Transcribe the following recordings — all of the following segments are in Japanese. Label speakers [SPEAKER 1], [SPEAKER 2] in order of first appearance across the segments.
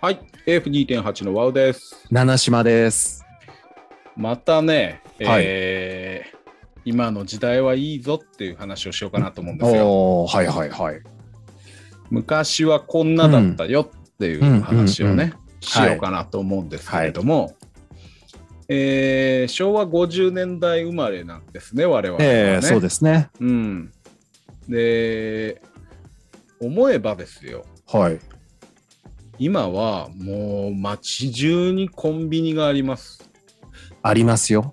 [SPEAKER 1] はい、AF2.8 のワウです。
[SPEAKER 2] 七島です。
[SPEAKER 1] またね、えー今の時代はいいぞっていう話をしようかなと思うんですよ。
[SPEAKER 2] おお、はいはいはい。
[SPEAKER 1] 昔はこんなだったよっていう話を
[SPEAKER 2] うんうんうん
[SPEAKER 1] ね、しようかなと思うんですけれども、えー昭和50年代生まれなんですね、我々はね。
[SPEAKER 2] ええそうですね。
[SPEAKER 1] うん、で、思えばですよ、
[SPEAKER 2] はい。
[SPEAKER 1] 今はもう街中にコンビニがあります。
[SPEAKER 2] ありますよ。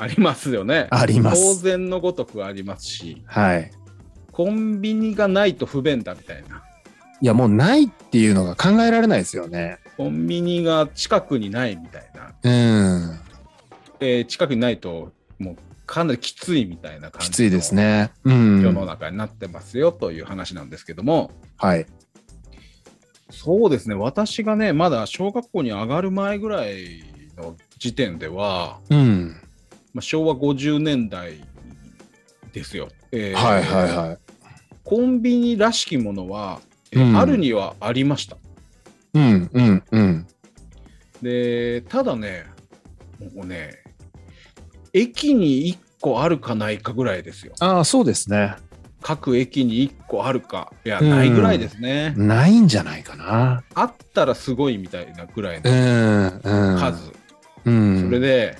[SPEAKER 1] ありますよね。
[SPEAKER 2] ありま
[SPEAKER 1] 当
[SPEAKER 2] す。
[SPEAKER 1] 然のごとくありますし、
[SPEAKER 2] はい。
[SPEAKER 1] コンビニがないと不便だみたいな。
[SPEAKER 2] いや、もうないっていうのが考えられないですよね。
[SPEAKER 1] コンビニが近くにないみたいな。
[SPEAKER 2] うん。
[SPEAKER 1] えー近くにないと、もうかなりきついみたいな感じ
[SPEAKER 2] き
[SPEAKER 1] の
[SPEAKER 2] ついですね。うん。
[SPEAKER 1] 世の中になってますよという話なんですけども、
[SPEAKER 2] はい。
[SPEAKER 1] そうですね、私がね、まだ小学校に上がる前ぐらいの時点では、
[SPEAKER 2] うん。
[SPEAKER 1] まあ、昭和50年代ですよ。えー
[SPEAKER 2] はいはいはい。
[SPEAKER 1] コンビニらしきものは、えー
[SPEAKER 2] うん
[SPEAKER 1] あるにはありました。
[SPEAKER 2] うんうんうん。
[SPEAKER 1] で、ただね、もうね、駅に1個あるかないかぐらいですよ。
[SPEAKER 2] ああ、そうですね。
[SPEAKER 1] 各駅に1個あるか、いや、
[SPEAKER 2] うん
[SPEAKER 1] ないぐらいですね。
[SPEAKER 2] ないんじゃないかな。
[SPEAKER 1] あったらすごいみたいなぐらいの
[SPEAKER 2] うんうん。
[SPEAKER 1] 数。
[SPEAKER 2] うん。
[SPEAKER 1] それで、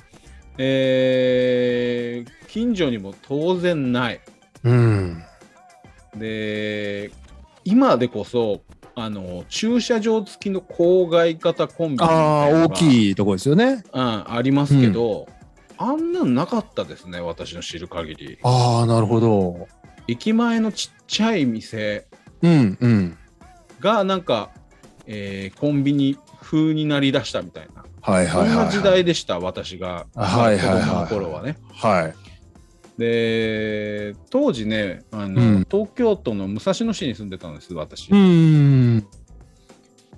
[SPEAKER 1] えー近所にも当然ない。
[SPEAKER 2] うん。
[SPEAKER 1] で、今でこそ、あの駐車場付きの郊外型コンビニみたい
[SPEAKER 2] ああ、
[SPEAKER 1] なの
[SPEAKER 2] 大
[SPEAKER 1] が
[SPEAKER 2] きいとこですよね。
[SPEAKER 1] うん、ありますけど、あんなんなかったですね、私の知る限り。
[SPEAKER 2] ああ、なるほど。
[SPEAKER 1] 駅前のちっちゃい店
[SPEAKER 2] うんうん。
[SPEAKER 1] が、なんか、えーコンビニ風になりだしたみたいな、
[SPEAKER 2] はい
[SPEAKER 1] そ
[SPEAKER 2] はいはい、
[SPEAKER 1] ん
[SPEAKER 2] はい。
[SPEAKER 1] な時代でした、私が、
[SPEAKER 2] はいはいはい
[SPEAKER 1] 子供の頃はね。
[SPEAKER 2] はい。
[SPEAKER 1] で、当時ねあの、
[SPEAKER 2] うん
[SPEAKER 1] 東京都の武蔵野市に住んでたんです、私
[SPEAKER 2] う。ん。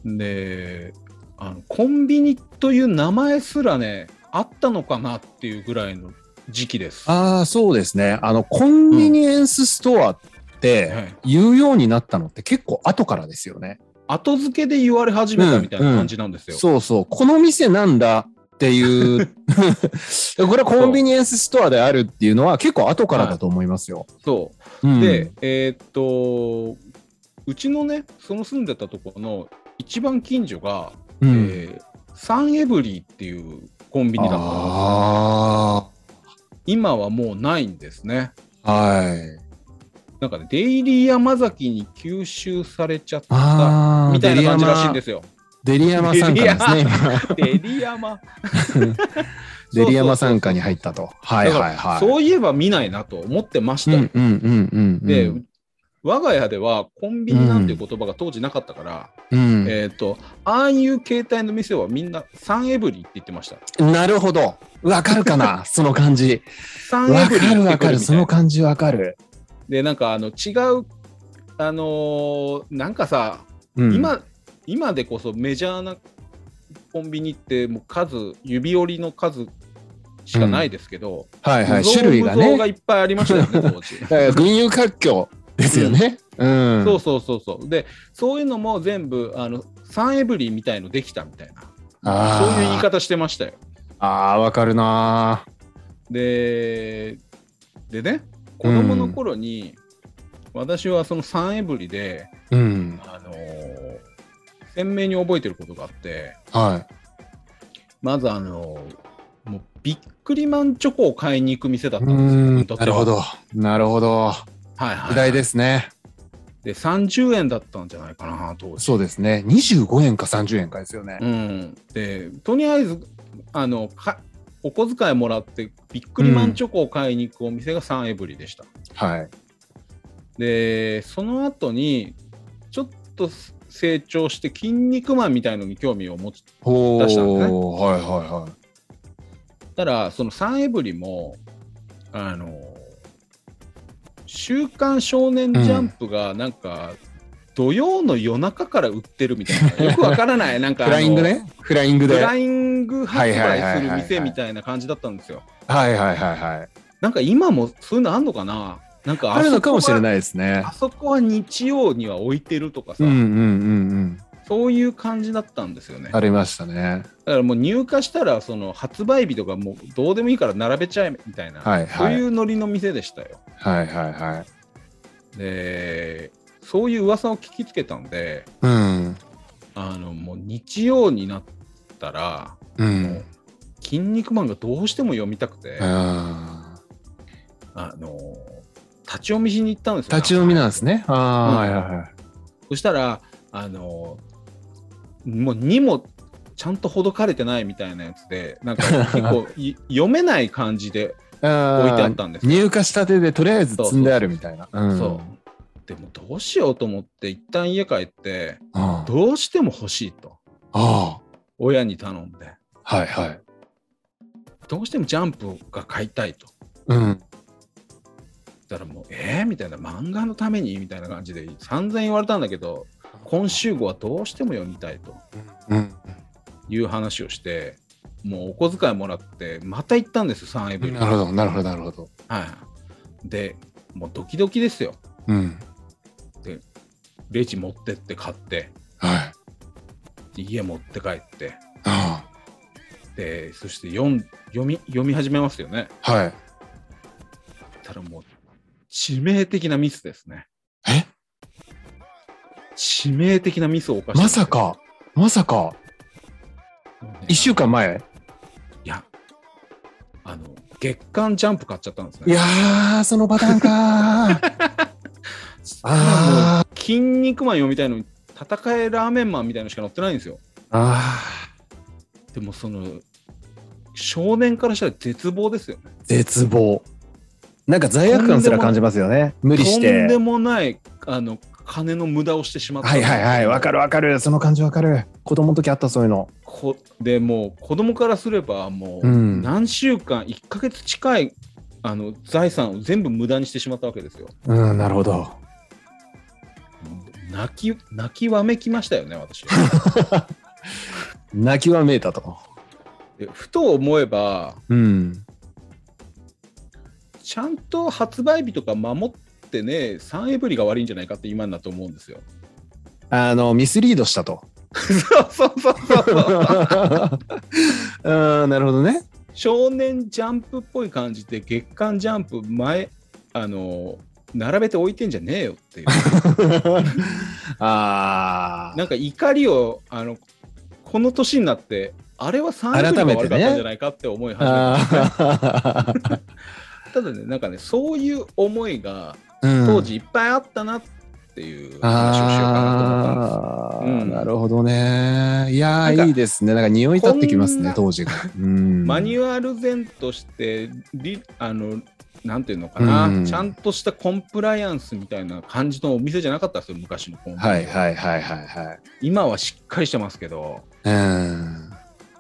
[SPEAKER 1] であの、コンビニという名前すらね、あったのかなっていうぐらいの時期です。
[SPEAKER 2] ああ、そうですね。あの、コンビニエンスストアっ
[SPEAKER 1] は
[SPEAKER 2] て
[SPEAKER 1] い
[SPEAKER 2] 言うようになったのって結構後からですよね。
[SPEAKER 1] 後付けで言われ始めたみたいな感じなんですよ。
[SPEAKER 2] そうそう。この店なんだっ ていう。これはコンビニエンスストアであるっていうのは結構後からだと思いますよ。
[SPEAKER 1] そううんで、、えーっとうちのねその住んでたところの一番近所が、え
[SPEAKER 2] うん。
[SPEAKER 1] ーサンエブリーっていうコンビニだったの
[SPEAKER 2] あ
[SPEAKER 1] 今はもうないんですね
[SPEAKER 2] あ、はい。
[SPEAKER 1] なんかねデイリー山崎に吸収されちゃった
[SPEAKER 2] ああ、。
[SPEAKER 1] みたいな感じらしいんですすよ
[SPEAKER 2] デリヤマ参加ですね。今
[SPEAKER 1] デリヤマ
[SPEAKER 2] デリヤマ参加に入ったと。はい
[SPEAKER 1] だか
[SPEAKER 2] はい
[SPEAKER 1] ら
[SPEAKER 2] はい。
[SPEAKER 1] そういえば見ないなと思ってました
[SPEAKER 2] う
[SPEAKER 1] よ、
[SPEAKER 2] んうんうんうんうん。
[SPEAKER 1] で我が家ではコンビニなんていう言葉が当時なかったから、
[SPEAKER 2] うん、
[SPEAKER 1] えっ、と、ああいう携帯の店はみんなサンエブリーって言ってました。
[SPEAKER 2] なるほど。わかる かなその感じ。
[SPEAKER 1] サンエ
[SPEAKER 2] わ
[SPEAKER 1] ブリー
[SPEAKER 2] かるわ
[SPEAKER 1] ってく
[SPEAKER 2] か
[SPEAKER 1] る
[SPEAKER 2] る。
[SPEAKER 1] み
[SPEAKER 2] そ
[SPEAKER 1] たい
[SPEAKER 2] の
[SPEAKER 1] な。
[SPEAKER 2] 感じわかる。
[SPEAKER 1] で、なんかあの違う、あのーなんかさ、
[SPEAKER 2] うん、
[SPEAKER 1] 今、今でこそメジャーなコンビニってもう数、指折りの数しかないですけど、
[SPEAKER 2] はいは
[SPEAKER 1] 無
[SPEAKER 2] い。
[SPEAKER 1] 造
[SPEAKER 2] 種類が
[SPEAKER 1] 無造が
[SPEAKER 2] ね。
[SPEAKER 1] いっぱいありま したよね、当時。
[SPEAKER 2] だから群雄割拠ですよね。うん。
[SPEAKER 1] そうそうそうそう。で、そういうのも全部、あの、サンエブリーみたいのできたみたいな、
[SPEAKER 2] あ
[SPEAKER 1] そういう言い
[SPEAKER 2] ー
[SPEAKER 1] 方してましたよ。
[SPEAKER 2] あー、わかるな
[SPEAKER 1] で、でね、子供の頃に、私はそのサンエブリで、
[SPEAKER 2] ー。うん。
[SPEAKER 1] あのー鮮明に覚えてることがあって、
[SPEAKER 2] はい。
[SPEAKER 1] まずあのーもうビックリマンチョコを買いに行く店だった
[SPEAKER 2] うん
[SPEAKER 1] ですよ、
[SPEAKER 2] ん
[SPEAKER 1] 僕にとっ。て
[SPEAKER 2] な
[SPEAKER 1] は
[SPEAKER 2] るほ。ど。なるほど。
[SPEAKER 1] はいはい。。
[SPEAKER 2] 時代ですすね。
[SPEAKER 1] で、30円だったんじゃないかな、当時。
[SPEAKER 2] そうですね。25円か30円かですよね。
[SPEAKER 1] うん。で、とりあえず、あの、かお小遣いもらって、ビックリマンチョコを買いに行くお店がサンエブリでした。
[SPEAKER 2] はい。
[SPEAKER 1] でその後にちょっと成長して「筋肉マン」みたいのに興味を持ち
[SPEAKER 2] ほ
[SPEAKER 1] 出したんですね
[SPEAKER 2] ー。はいはいはい。
[SPEAKER 1] たらそのサンエブリもあの「週刊少年ジャンプ」がなんか、土曜の夜中から売ってるみた いなよくわからないなんかあ
[SPEAKER 2] フ
[SPEAKER 1] の
[SPEAKER 2] ライングね。フライング
[SPEAKER 1] フ
[SPEAKER 2] で。は
[SPEAKER 1] ラ
[SPEAKER 2] い
[SPEAKER 1] イング発売する
[SPEAKER 2] はいはいはいはい
[SPEAKER 1] 店
[SPEAKER 2] はい
[SPEAKER 1] みたいな感じだったんですよ
[SPEAKER 2] はいはいはい。
[SPEAKER 1] なんか今もそういうのあんのかななんか
[SPEAKER 2] あるのかもしれないいですね
[SPEAKER 1] あ。そこは日曜には置いてるとかさ、
[SPEAKER 2] うんうんうんうん。
[SPEAKER 1] そういう感じだったんですよね。
[SPEAKER 2] ありましたね。
[SPEAKER 1] だからもう入荷したらその発売日とかもうどうでもいいから並べちゃえみたいな、
[SPEAKER 2] はい
[SPEAKER 1] そう
[SPEAKER 2] はいい。
[SPEAKER 1] うノリの店でしたよ。
[SPEAKER 2] はいはいはい。
[SPEAKER 1] でそういう噂を聞きつけたんで
[SPEAKER 2] うん。
[SPEAKER 1] あのもう日曜になったら
[SPEAKER 2] うん。
[SPEAKER 1] 「筋肉マン」がどうしても読みたくて、
[SPEAKER 2] あー
[SPEAKER 1] あの立ち読みしに行ったんですよ。
[SPEAKER 2] 立ち読みなんですね。ああ、はいはいはい。
[SPEAKER 1] そしたらあのもう2もちゃんとほどかれてないみたいなやつでなん か結構い読めない感じで置いてあったんですよ
[SPEAKER 2] 入荷したてでとりあえず積んであるみたいな。うん
[SPEAKER 1] そう。でもどうしようと思って、一旦家帰って、
[SPEAKER 2] あー
[SPEAKER 1] どうしても欲しいと、
[SPEAKER 2] あ
[SPEAKER 1] 親に頼んで、
[SPEAKER 2] ー。はいはい。
[SPEAKER 1] どうしてもジャンプが買いたいと。
[SPEAKER 2] うん。
[SPEAKER 1] だからもう、えー、みたいな、漫画のためにみたいな感じで、散々言われたんだけど、今週号はどうしても読みたいと
[SPEAKER 2] うん。
[SPEAKER 1] いう話をして、もうお小遣いもらって、また行ったんですよ、サンエブリン。
[SPEAKER 2] なるほど、なるほど、なるほど。
[SPEAKER 1] はい。で、もうドキドキですよ。
[SPEAKER 2] うん。
[SPEAKER 1] レジ持ってって買って、
[SPEAKER 2] はい。
[SPEAKER 1] で家持って帰って、
[SPEAKER 2] あ
[SPEAKER 1] で、そして読ん読み読み始めますよね。
[SPEAKER 2] あ。はい。
[SPEAKER 1] たらもう、致命的なミスですね。
[SPEAKER 2] え
[SPEAKER 1] 致命的なミスを犯した。
[SPEAKER 2] まさ。か、まさか、1週
[SPEAKER 1] 間。
[SPEAKER 2] 間前
[SPEAKER 1] いや、あの、月刊ジャンプ買っちゃったんです
[SPEAKER 2] い
[SPEAKER 1] ね。
[SPEAKER 2] やー、そのパターンか ー。
[SPEAKER 1] も
[SPEAKER 2] あ
[SPEAKER 1] う筋肉マン読みたいのに、戦えラーメンマンみたいのしか載ってないんですよ。
[SPEAKER 2] あ
[SPEAKER 1] でもその、少年からしたら絶望ですよね。
[SPEAKER 2] ー、絶望。なんか罪悪感すら感じますよね。無理し
[SPEAKER 1] とんで
[SPEAKER 2] て。
[SPEAKER 1] もない、あの、金の無駄をしてしまった。
[SPEAKER 2] はいはいはい、わかるわかる。その感じわかる。子供の時あったそういうの。
[SPEAKER 1] こでもう子供からすればもう
[SPEAKER 2] うん
[SPEAKER 1] 何週間、1ヶ月近いあの財産を全部無駄にしてしまったわけですよ。
[SPEAKER 2] うん、なるほど。
[SPEAKER 1] 泣き泣きわめきましたよね 私
[SPEAKER 2] 泣きわめいたと。
[SPEAKER 1] でふと思えば
[SPEAKER 2] うん。
[SPEAKER 1] ちゃんと発売日とか守ってねサンエブリが悪いんじゃないかって今になって思うん ですよ。
[SPEAKER 2] あの、ミスリードしたと。
[SPEAKER 1] そうそうそうそう
[SPEAKER 2] う
[SPEAKER 1] そう
[SPEAKER 2] ん、なるほどね。
[SPEAKER 1] 少年ジャンプっぽい感じで月刊ジャンプ前あの並べて置いてんじゃねえよって いう。
[SPEAKER 2] あ
[SPEAKER 1] な
[SPEAKER 2] あ。
[SPEAKER 1] んか怒りをあのこの年になってあれは3年が
[SPEAKER 2] 改め
[SPEAKER 1] 悪
[SPEAKER 2] てね
[SPEAKER 1] かったんじゃないかって思い始めた、
[SPEAKER 2] あー
[SPEAKER 1] ただねなんかねそういう思いが
[SPEAKER 2] うん
[SPEAKER 1] 当時いっぱいあったなっていう話をしようかなと思ったんで
[SPEAKER 2] ああー、
[SPEAKER 1] うん
[SPEAKER 2] なるほどね。いや
[SPEAKER 1] なんか
[SPEAKER 2] ー、いいですね。なんか匂い立ってきます
[SPEAKER 1] こん
[SPEAKER 2] ね
[SPEAKER 1] な、
[SPEAKER 2] 当時が。
[SPEAKER 1] す、マ
[SPEAKER 2] マ
[SPEAKER 1] ニュアル前としてりあのなんていうのかな、
[SPEAKER 2] うん
[SPEAKER 1] ちゃんとしたコンプライアンスみたいな感じのお店じゃなかったんですよ昔のコンビニ
[SPEAKER 2] はいはいはいはいはい。
[SPEAKER 1] 今はしっかりしてますけど
[SPEAKER 2] うん。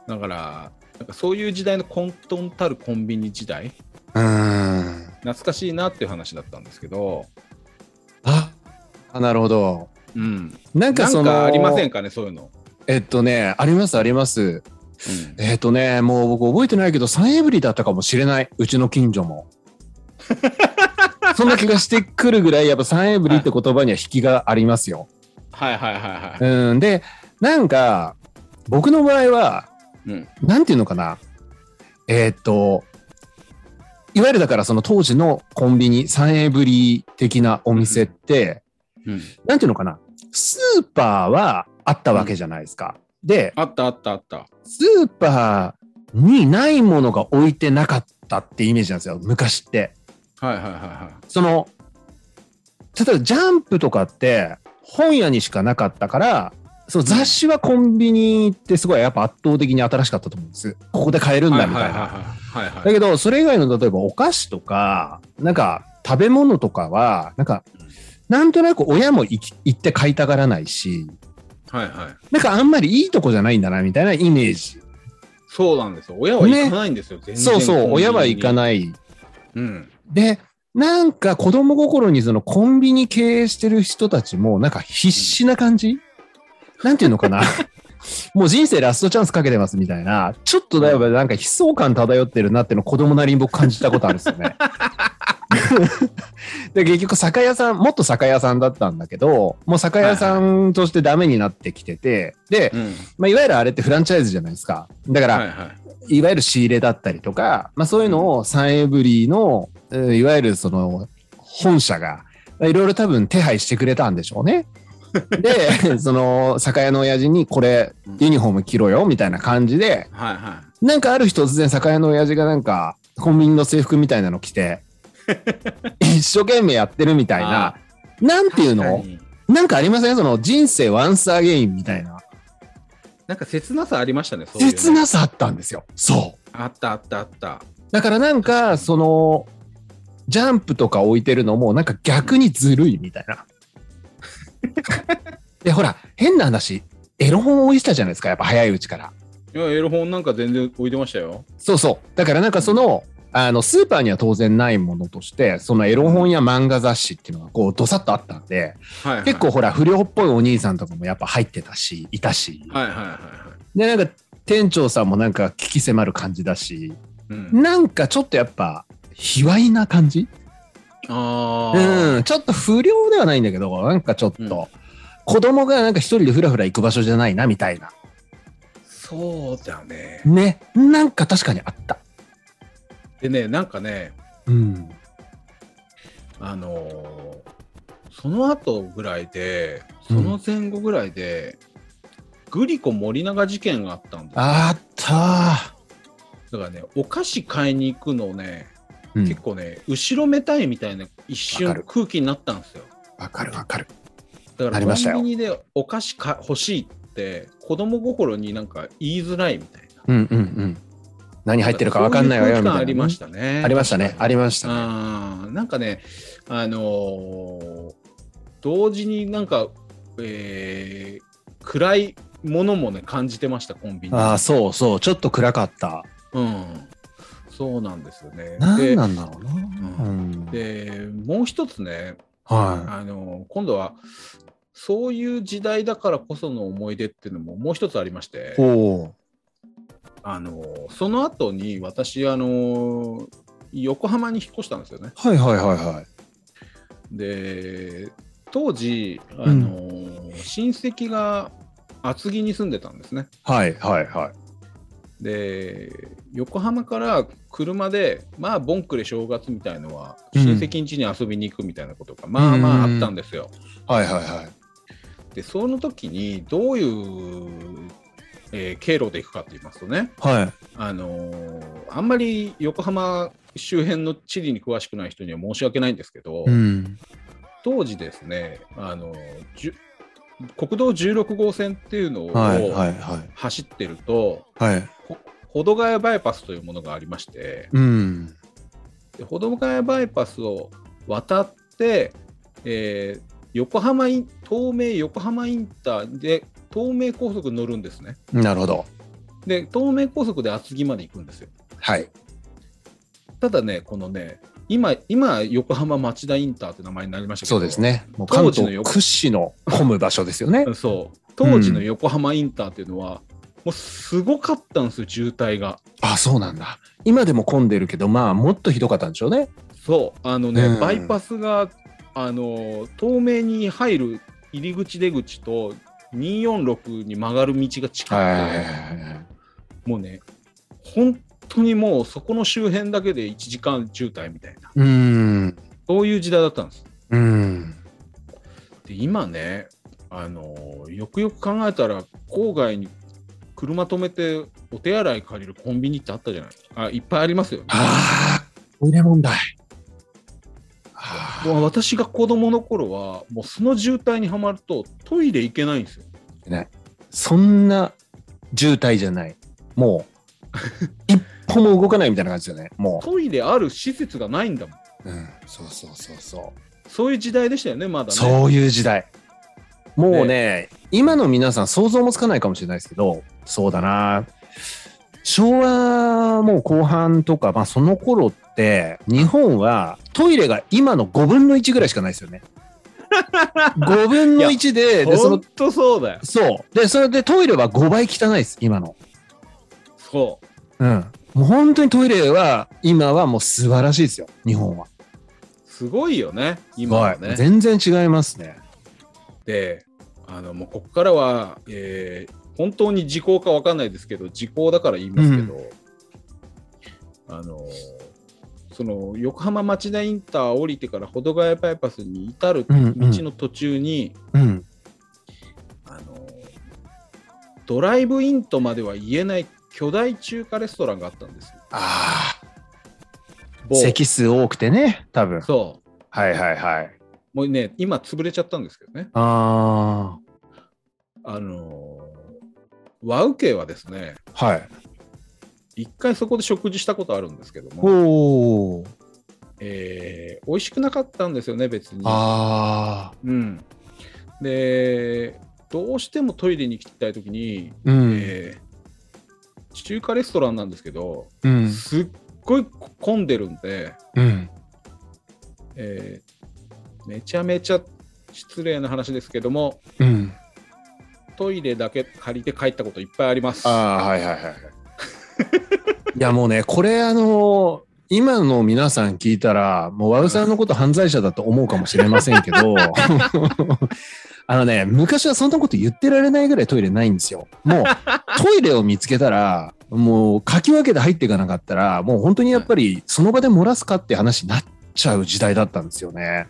[SPEAKER 1] だからなんかそういう時代の混沌たるコンビニ時代
[SPEAKER 2] うん。
[SPEAKER 1] 懐かしいなっていう話だったんですけど
[SPEAKER 2] ああなるほど。
[SPEAKER 1] うん、な
[SPEAKER 2] な
[SPEAKER 1] んんか
[SPEAKER 2] かその、
[SPEAKER 1] ありませんかね、そういうの。
[SPEAKER 2] えっとね、ありますあります。
[SPEAKER 1] うん
[SPEAKER 2] えっとね、もう僕覚えてないけど、サンエブリだったかもしれない。うちの近所も。そんな気がしてくるぐらい、やっぱサンエブリって言葉には引きがありますよ。
[SPEAKER 1] はいはいはいはい。
[SPEAKER 2] うん、で、なんか、僕の場合は、
[SPEAKER 1] うん
[SPEAKER 2] なんていうのかな、えーっと、いわゆるだからその当時のコンビニ、サンエブリ的なお店って、
[SPEAKER 1] うん
[SPEAKER 2] なんていうのかな、スーパーはあったわけじゃないですか。で、
[SPEAKER 1] あったあったあった。
[SPEAKER 2] スーパーにないものが置いてなかったってイメージなんですよ、昔って。
[SPEAKER 1] はいはいはいは
[SPEAKER 2] その、例えばジャンプとかって本屋にしかなかったから、その雑誌はコンビニってすごいやっぱ圧倒的に新しかったと思うんです。ここで買える
[SPEAKER 1] い。
[SPEAKER 2] ん
[SPEAKER 1] はいはい
[SPEAKER 2] だみ
[SPEAKER 1] は
[SPEAKER 2] た
[SPEAKER 1] い
[SPEAKER 2] いな。
[SPEAKER 1] はいはいは
[SPEAKER 2] だ
[SPEAKER 1] い。
[SPEAKER 2] けど、それ以外の例えばお菓子とか、なんか食べ物とかは、なんか
[SPEAKER 1] うん、
[SPEAKER 2] なんとなく親も行き行って買いたがらないし、
[SPEAKER 1] はいはい。
[SPEAKER 2] なんかあんまりいいとこじゃないんだなみたいなイメージ。
[SPEAKER 1] そうなんですよ。親は行かないんですよ。全然
[SPEAKER 2] そうそう、親は行か
[SPEAKER 1] い。
[SPEAKER 2] ない。
[SPEAKER 1] うん。
[SPEAKER 2] で、なんか子供心にそのコンビニ経営してる人たちもなんか必死な感じ、なんていうのかな もう人生ラストチャンスかけてますみたいな、 ちょっとだいぶなんか悲壮感漂ってるなっていうのを子供なりに僕感じたことあるんですよね。で、結局、酒屋さん、もっと酒屋さんだったんだけど、もう酒屋さんとしてダメになってきてて、で、
[SPEAKER 1] うん。
[SPEAKER 2] まあ、いわゆるあれってフランチャイズじゃないですか。だから、
[SPEAKER 1] はいはい。
[SPEAKER 2] いわゆる仕入れだったりとか、まあ、そういうのをサンエブリーの、うんいわゆるその本社がまあいろいろ多分手配してくれたんでしょうね。 でその酒屋の親父にこれ
[SPEAKER 1] うん
[SPEAKER 2] ユニフォーム着ろよみたいな感じで
[SPEAKER 1] はいは
[SPEAKER 2] なんかある日突然酒屋の親父がなんかコンビニの制服みたいなの着 て一生懸命やってるみたいな
[SPEAKER 1] あ
[SPEAKER 2] なん
[SPEAKER 1] い。
[SPEAKER 2] ていうの
[SPEAKER 1] 確かに
[SPEAKER 2] なんかありませんその人生ワンスアゲインみたいな
[SPEAKER 1] なんか切なさありましたね、そういうの
[SPEAKER 2] 切なさあったんですよそう。
[SPEAKER 1] あったあったあった。
[SPEAKER 2] だからなんか、その、ジャンプとか置いてるのも、なんか逆にずるいみ たいな。で、ほら、変な話、エロ本置いてたじゃないですか、やっぱ早いうちから。
[SPEAKER 1] いや、エロ本なんか全然置いてましたよ。
[SPEAKER 2] そうそう。だからなんかその、あの、スーパーには当然ないものとして、そのエロ本や漫画雑誌っていうのがこう、どさっとあったんで、
[SPEAKER 1] はい、はい。
[SPEAKER 2] 結構。ほら、不良っぽいお兄さんとかもやっぱ入ってたし、いたし。
[SPEAKER 1] はいはいはいはい。
[SPEAKER 2] で、なんか店長さんもなんか聞き迫る感じだし、
[SPEAKER 1] うん、
[SPEAKER 2] なんかちょっとやっぱ、卑猥な感じ
[SPEAKER 1] ああ、
[SPEAKER 2] うん、ちょっと不良ではないんだけど、なんかちょっと、
[SPEAKER 1] うん
[SPEAKER 2] 子供がなんか一人でふらふら行く場所じゃないな、みたいな。
[SPEAKER 1] そうだね。
[SPEAKER 2] ね。なんか確かにあった。
[SPEAKER 1] でね、なんかね、
[SPEAKER 2] うん。
[SPEAKER 1] あのーその後ぐらいで、その前後ぐらいで、グリコ森永事件があったんですよ
[SPEAKER 2] あった
[SPEAKER 1] だからね、お菓子買いに行くのをね、
[SPEAKER 2] ー。うん
[SPEAKER 1] 結構ね、後ろめたいみたいな一瞬
[SPEAKER 2] わかる
[SPEAKER 1] 空気になったんですよ。
[SPEAKER 2] わかるわかる。
[SPEAKER 1] だから
[SPEAKER 2] あり
[SPEAKER 1] コ
[SPEAKER 2] ましたよ
[SPEAKER 1] ンビニでお菓子か欲しいって子供心になんか言いづらいみたいな。
[SPEAKER 2] うんうんうん。何入ってるかわかんないわよ、
[SPEAKER 1] そう
[SPEAKER 2] み
[SPEAKER 1] う空気
[SPEAKER 2] たい
[SPEAKER 1] 感
[SPEAKER 2] な。
[SPEAKER 1] ありましたね。
[SPEAKER 2] ありましたね。ありましたね。
[SPEAKER 1] あーなんかね、あのー同時になんか、えー暗いものもね、感じてました、コンビニ。
[SPEAKER 2] ああ、そうそう。ちょっと暗かった。
[SPEAKER 1] うん。そうなんですよね。
[SPEAKER 2] 何
[SPEAKER 1] で
[SPEAKER 2] なんだろうな。
[SPEAKER 1] う
[SPEAKER 2] うん。
[SPEAKER 1] で、もう一つね、
[SPEAKER 2] は
[SPEAKER 1] あの今度はそういう時代だからこその思い出っていうのももう一つありまして
[SPEAKER 2] い。おー
[SPEAKER 1] あのその後に私あの横浜に引っ越したんですよね
[SPEAKER 2] はいはいはいはい。
[SPEAKER 1] で当時あの、親戚が厚木に住んでたんですね
[SPEAKER 2] はいはいはい。
[SPEAKER 1] で横浜から車でまあボンクレ正月みたいのは
[SPEAKER 2] うん
[SPEAKER 1] 親戚ん家に遊びに行くみたいなことが、まあまああったんですよ、
[SPEAKER 2] はいはいはい。
[SPEAKER 1] でその時にどういう、えー経路で行くかと言いますとね、
[SPEAKER 2] はい。
[SPEAKER 1] あのーあんまり横浜周辺の地理に詳しくない人には申し訳ないんですけど、
[SPEAKER 2] うん。
[SPEAKER 1] 当時ですね、あのーじゅ国道16号線っていうのを
[SPEAKER 2] はいはいはい。
[SPEAKER 1] 走ってると、
[SPEAKER 2] はい。
[SPEAKER 1] ほ保土ヶ谷バイパスというものがありまして、
[SPEAKER 2] うん。
[SPEAKER 1] で保土ヶ谷バイパスを渡って、えー横浜イン東名横浜インターで東名高速に乗るんですね。
[SPEAKER 2] なるほど。
[SPEAKER 1] で東名高速で厚木まで行くんですよ。
[SPEAKER 2] はい。
[SPEAKER 1] ただねこのね今今横浜町田インターって名前になりましたけど
[SPEAKER 2] そうですね。もう関
[SPEAKER 1] 当時の
[SPEAKER 2] 東
[SPEAKER 1] よ
[SPEAKER 2] 屈指の混む場所ですよね。
[SPEAKER 1] そう当時の横浜インターっていうのは、もうすごかったんですよ渋滞が。
[SPEAKER 2] あ、そうなんだ。今でも混んでるけど、まあ、もっとひどかったんでしょうね。
[SPEAKER 1] そうあのね、
[SPEAKER 2] うん
[SPEAKER 1] バイパスがあの透明に入る入り口出口と246に曲がる道が近くて、
[SPEAKER 2] は。
[SPEAKER 1] もうね本当にもうそこの周辺だけで1時間渋滞みたいない
[SPEAKER 2] うーん。
[SPEAKER 1] そういう時代だったんです。
[SPEAKER 2] うーん。
[SPEAKER 1] で今ねあのーよくよく考えたら郊外に車止めてお手洗い借りるコンビニってあったじゃないあいっぱいありますよね。
[SPEAKER 2] ああ、トイレ問題。あ
[SPEAKER 1] もう私が子供の頃はもうその渋滞にはまるとトイレ行けないんですよ。
[SPEAKER 2] ーそんな渋滞じゃない。も う、一歩も動かないみたいな感じですよね。も
[SPEAKER 1] トイレある施設がないんだもん。
[SPEAKER 2] う。うん。そうそうそうそう。
[SPEAKER 1] そういう時代でしたよねまだね。
[SPEAKER 2] そういう時代。もうね、今の皆さん想像もつかないかもしれないですけど、そうだな。昭和もう後半とか、まあその頃って、日本はトイレが今の5分の1ぐらいしかないですよ ね。5分の1で、で、そ
[SPEAKER 1] 本
[SPEAKER 2] の、
[SPEAKER 1] 当そうだよ。
[SPEAKER 2] そう。で、それでトイレは5倍汚いです、今の。
[SPEAKER 1] そう。
[SPEAKER 2] うん。もう本当にトイレは、今はもう素晴らしいですよ、日本は。
[SPEAKER 1] すごいよね、今
[SPEAKER 2] は
[SPEAKER 1] はいね。
[SPEAKER 2] 全然違いますね。
[SPEAKER 1] であのもうここからは、えー本当に時効かわかんないですけど時効だから言いますけど、あのその横浜町田インター降りてから保土ヶ谷バイパスに至る道
[SPEAKER 2] うんうん
[SPEAKER 1] の途中に、
[SPEAKER 2] うん。
[SPEAKER 1] あのドライブインとまでは言えない巨大中華レストランがあったんですよ。
[SPEAKER 2] ああ、
[SPEAKER 1] 某
[SPEAKER 2] 席数多くてね、多分。
[SPEAKER 1] そう
[SPEAKER 2] はいはいはい。
[SPEAKER 1] もうね今潰れちゃったんですけどね
[SPEAKER 2] あ
[SPEAKER 1] あの和右家はですね
[SPEAKER 2] あ、はい。
[SPEAKER 1] 一回そこで食事したことあるんですけども
[SPEAKER 2] おお。
[SPEAKER 1] えー美味しくなかったんですよね、別に。
[SPEAKER 2] ああ、
[SPEAKER 1] うん、で、どうしてもトイレに行きたいときに、
[SPEAKER 2] うん。
[SPEAKER 1] えー中華レストランなんですけど、
[SPEAKER 2] うん。
[SPEAKER 1] すっごい混んでるんで、
[SPEAKER 2] うん。
[SPEAKER 1] えーめちゃめちゃ失礼な話ですけども、
[SPEAKER 2] うん。
[SPEAKER 1] トイレだけ借りて帰ったこといっぱいあります。
[SPEAKER 2] ああ、はいはいはいはい。いやもうね、これあの今の皆さん聞いたら、もうワウさんのこと犯罪者だと思うかもしれませんけ ど、あのね、昔はそんなこと言ってられないぐらいトイレないんですよ。もうトイレを見つけたら、もうかき分けて入っていかなかったら、もう本当にやっぱりその場で漏らすかって話になっちゃう時代だったんですよね。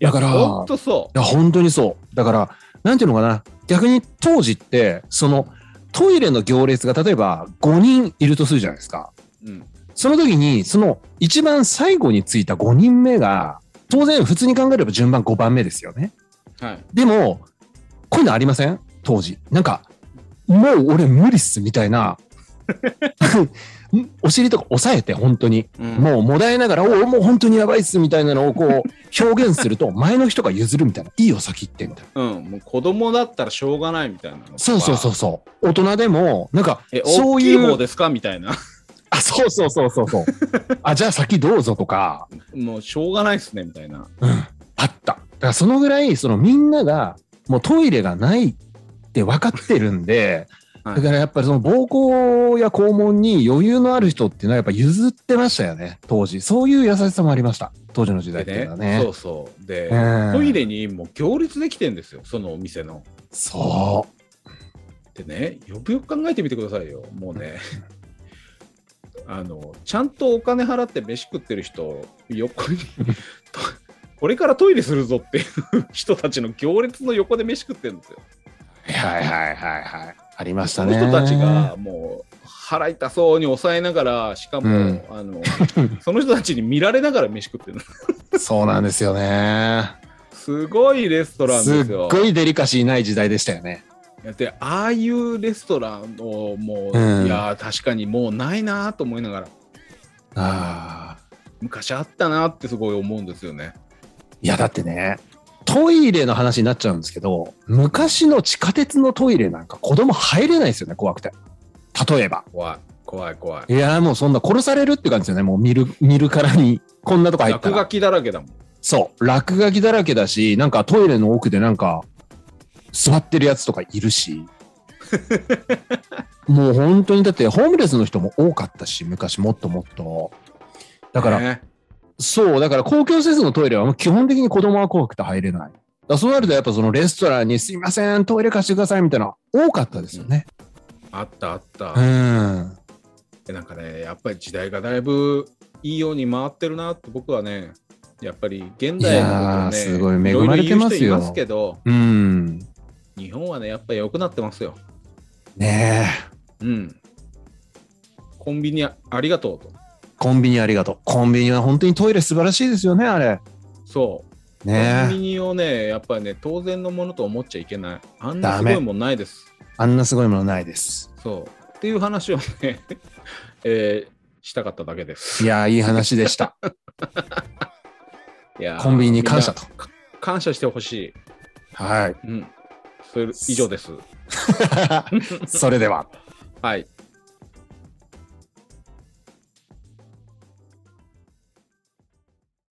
[SPEAKER 1] いや
[SPEAKER 2] だから
[SPEAKER 1] ほんとそ
[SPEAKER 2] いや本当にそうだからなんていうのかな逆に当時ってそのトイレの行列が例えば5人いるとするじゃないですか
[SPEAKER 1] う。うん、
[SPEAKER 2] その時にその一番最後についた5人目が当然普通に考えれば順番5番目ですよね
[SPEAKER 1] はい。
[SPEAKER 2] でもこういうのありません当時なんかもう俺無理っすみたいな お尻とか押さえて本当に
[SPEAKER 1] うん
[SPEAKER 2] もうもだえながら、おお、もう本当にやばいっすみたいなのをこう表現すると、前の人が譲るみたいな、いいよ、先行ってみたいな。
[SPEAKER 1] うん、もう子供だったらしょうがないみたいなのとか。
[SPEAKER 2] そうそうそうそう。大人でも、なんか
[SPEAKER 1] え、、
[SPEAKER 2] そ
[SPEAKER 1] 大
[SPEAKER 2] う
[SPEAKER 1] き
[SPEAKER 2] い
[SPEAKER 1] い方
[SPEAKER 2] う、
[SPEAKER 1] ですかみたいな。
[SPEAKER 2] あ、そうそうそうそうそう。あ、じゃあ先どうぞとか、
[SPEAKER 1] もうしょうがないっすねみたいな。
[SPEAKER 2] あった。だからそのぐらい、そのみんなが、もうトイレがないって分かってるんで、
[SPEAKER 1] はい
[SPEAKER 2] だからやっぱりその膀胱や肛門に余裕のある人っていうのはやっぱ譲ってましたよね、当時。そういう優しさもありました。当時の時代っていうのはね。
[SPEAKER 1] そうそう。で、
[SPEAKER 2] うん
[SPEAKER 1] トイレにもう行列できてんですよ、そのお店の。
[SPEAKER 2] そう。
[SPEAKER 1] でね、よくよく考えてみてくださいよ、もう ね。あのちゃんとお金払って飯食ってる人、横 に、とこれからトイレするぞっていう人たちの行列の横で飯食ってるんですよ。
[SPEAKER 2] はいはいはいはい。ありました
[SPEAKER 1] その
[SPEAKER 2] ね。
[SPEAKER 1] 人たちが。もう腹痛そうに抑えながら、しかも、
[SPEAKER 2] うん
[SPEAKER 1] あのその人たちに見られながら飯食ってるの。
[SPEAKER 2] そうなんですよね。
[SPEAKER 1] すごいレストランですす
[SPEAKER 2] っ
[SPEAKER 1] よ。
[SPEAKER 2] ごいデリカシーない時代でしたよね。
[SPEAKER 1] でああいうレストランをもう、
[SPEAKER 2] うん
[SPEAKER 1] いやー確かにもうないなーと思いながら
[SPEAKER 2] ああ。
[SPEAKER 1] 昔あったなーってすごい思うんですよね。
[SPEAKER 2] いやだってね、トイレの話になっちゃうんですけど、昔の地下鉄のトイレなんか子供入れないですよね、怖くて。例えば。
[SPEAKER 1] 怖い怖い怖い。
[SPEAKER 2] いやもうそんな殺されるって感じですよね、もう見る、見るからに。こんなとこ入っ
[SPEAKER 1] 落
[SPEAKER 2] た
[SPEAKER 1] 書
[SPEAKER 2] ら。
[SPEAKER 1] きだらけだもん。
[SPEAKER 2] そう。落書きだらけだし、なんかトイレの奥でなんか、座ってるやつとかい るし。もう本当に、だってホームレスの人も多かったし、昔もっともっと。だから、
[SPEAKER 1] ね、
[SPEAKER 2] そう、だから公共施設のトイレはもう基本的に子供は怖くて入れない。だからそうなるとやっぱそのレストランにすいません、トイレ貸してくださいみたいなの多かったですよね。
[SPEAKER 1] あったあった
[SPEAKER 2] う。ん。
[SPEAKER 1] でなんかねやっぱり時代がだいぶいいように回ってるなって僕はねやっぱり現代のことを
[SPEAKER 2] いやー
[SPEAKER 1] ね
[SPEAKER 2] すごい恵まれてますよ
[SPEAKER 1] いろいろ言う人いますけど
[SPEAKER 2] うん。
[SPEAKER 1] 日本はねやっぱり良くなってますよ。
[SPEAKER 2] ねえ。
[SPEAKER 1] うん。コンビニあありがとうと。
[SPEAKER 2] コンビニありがとう。コンビニは本当にトイレ素晴らしいですよね、あれ。
[SPEAKER 1] そう。コンビ
[SPEAKER 2] ねえ。
[SPEAKER 1] ニをね、やっぱりね、当然のものと思っちゃいけない。あんなすご
[SPEAKER 2] ダ
[SPEAKER 1] い
[SPEAKER 2] メ
[SPEAKER 1] もんないです。
[SPEAKER 2] あんなすごいものないです。
[SPEAKER 1] そう。っていう話をね、 えーしたかっただけです。
[SPEAKER 2] いやー、いい話で した。
[SPEAKER 1] いやー
[SPEAKER 2] コンビニに感謝と
[SPEAKER 1] みんなか感謝してほし
[SPEAKER 2] はい。
[SPEAKER 1] い。うん。それ以上です。
[SPEAKER 2] それでは。
[SPEAKER 1] はい。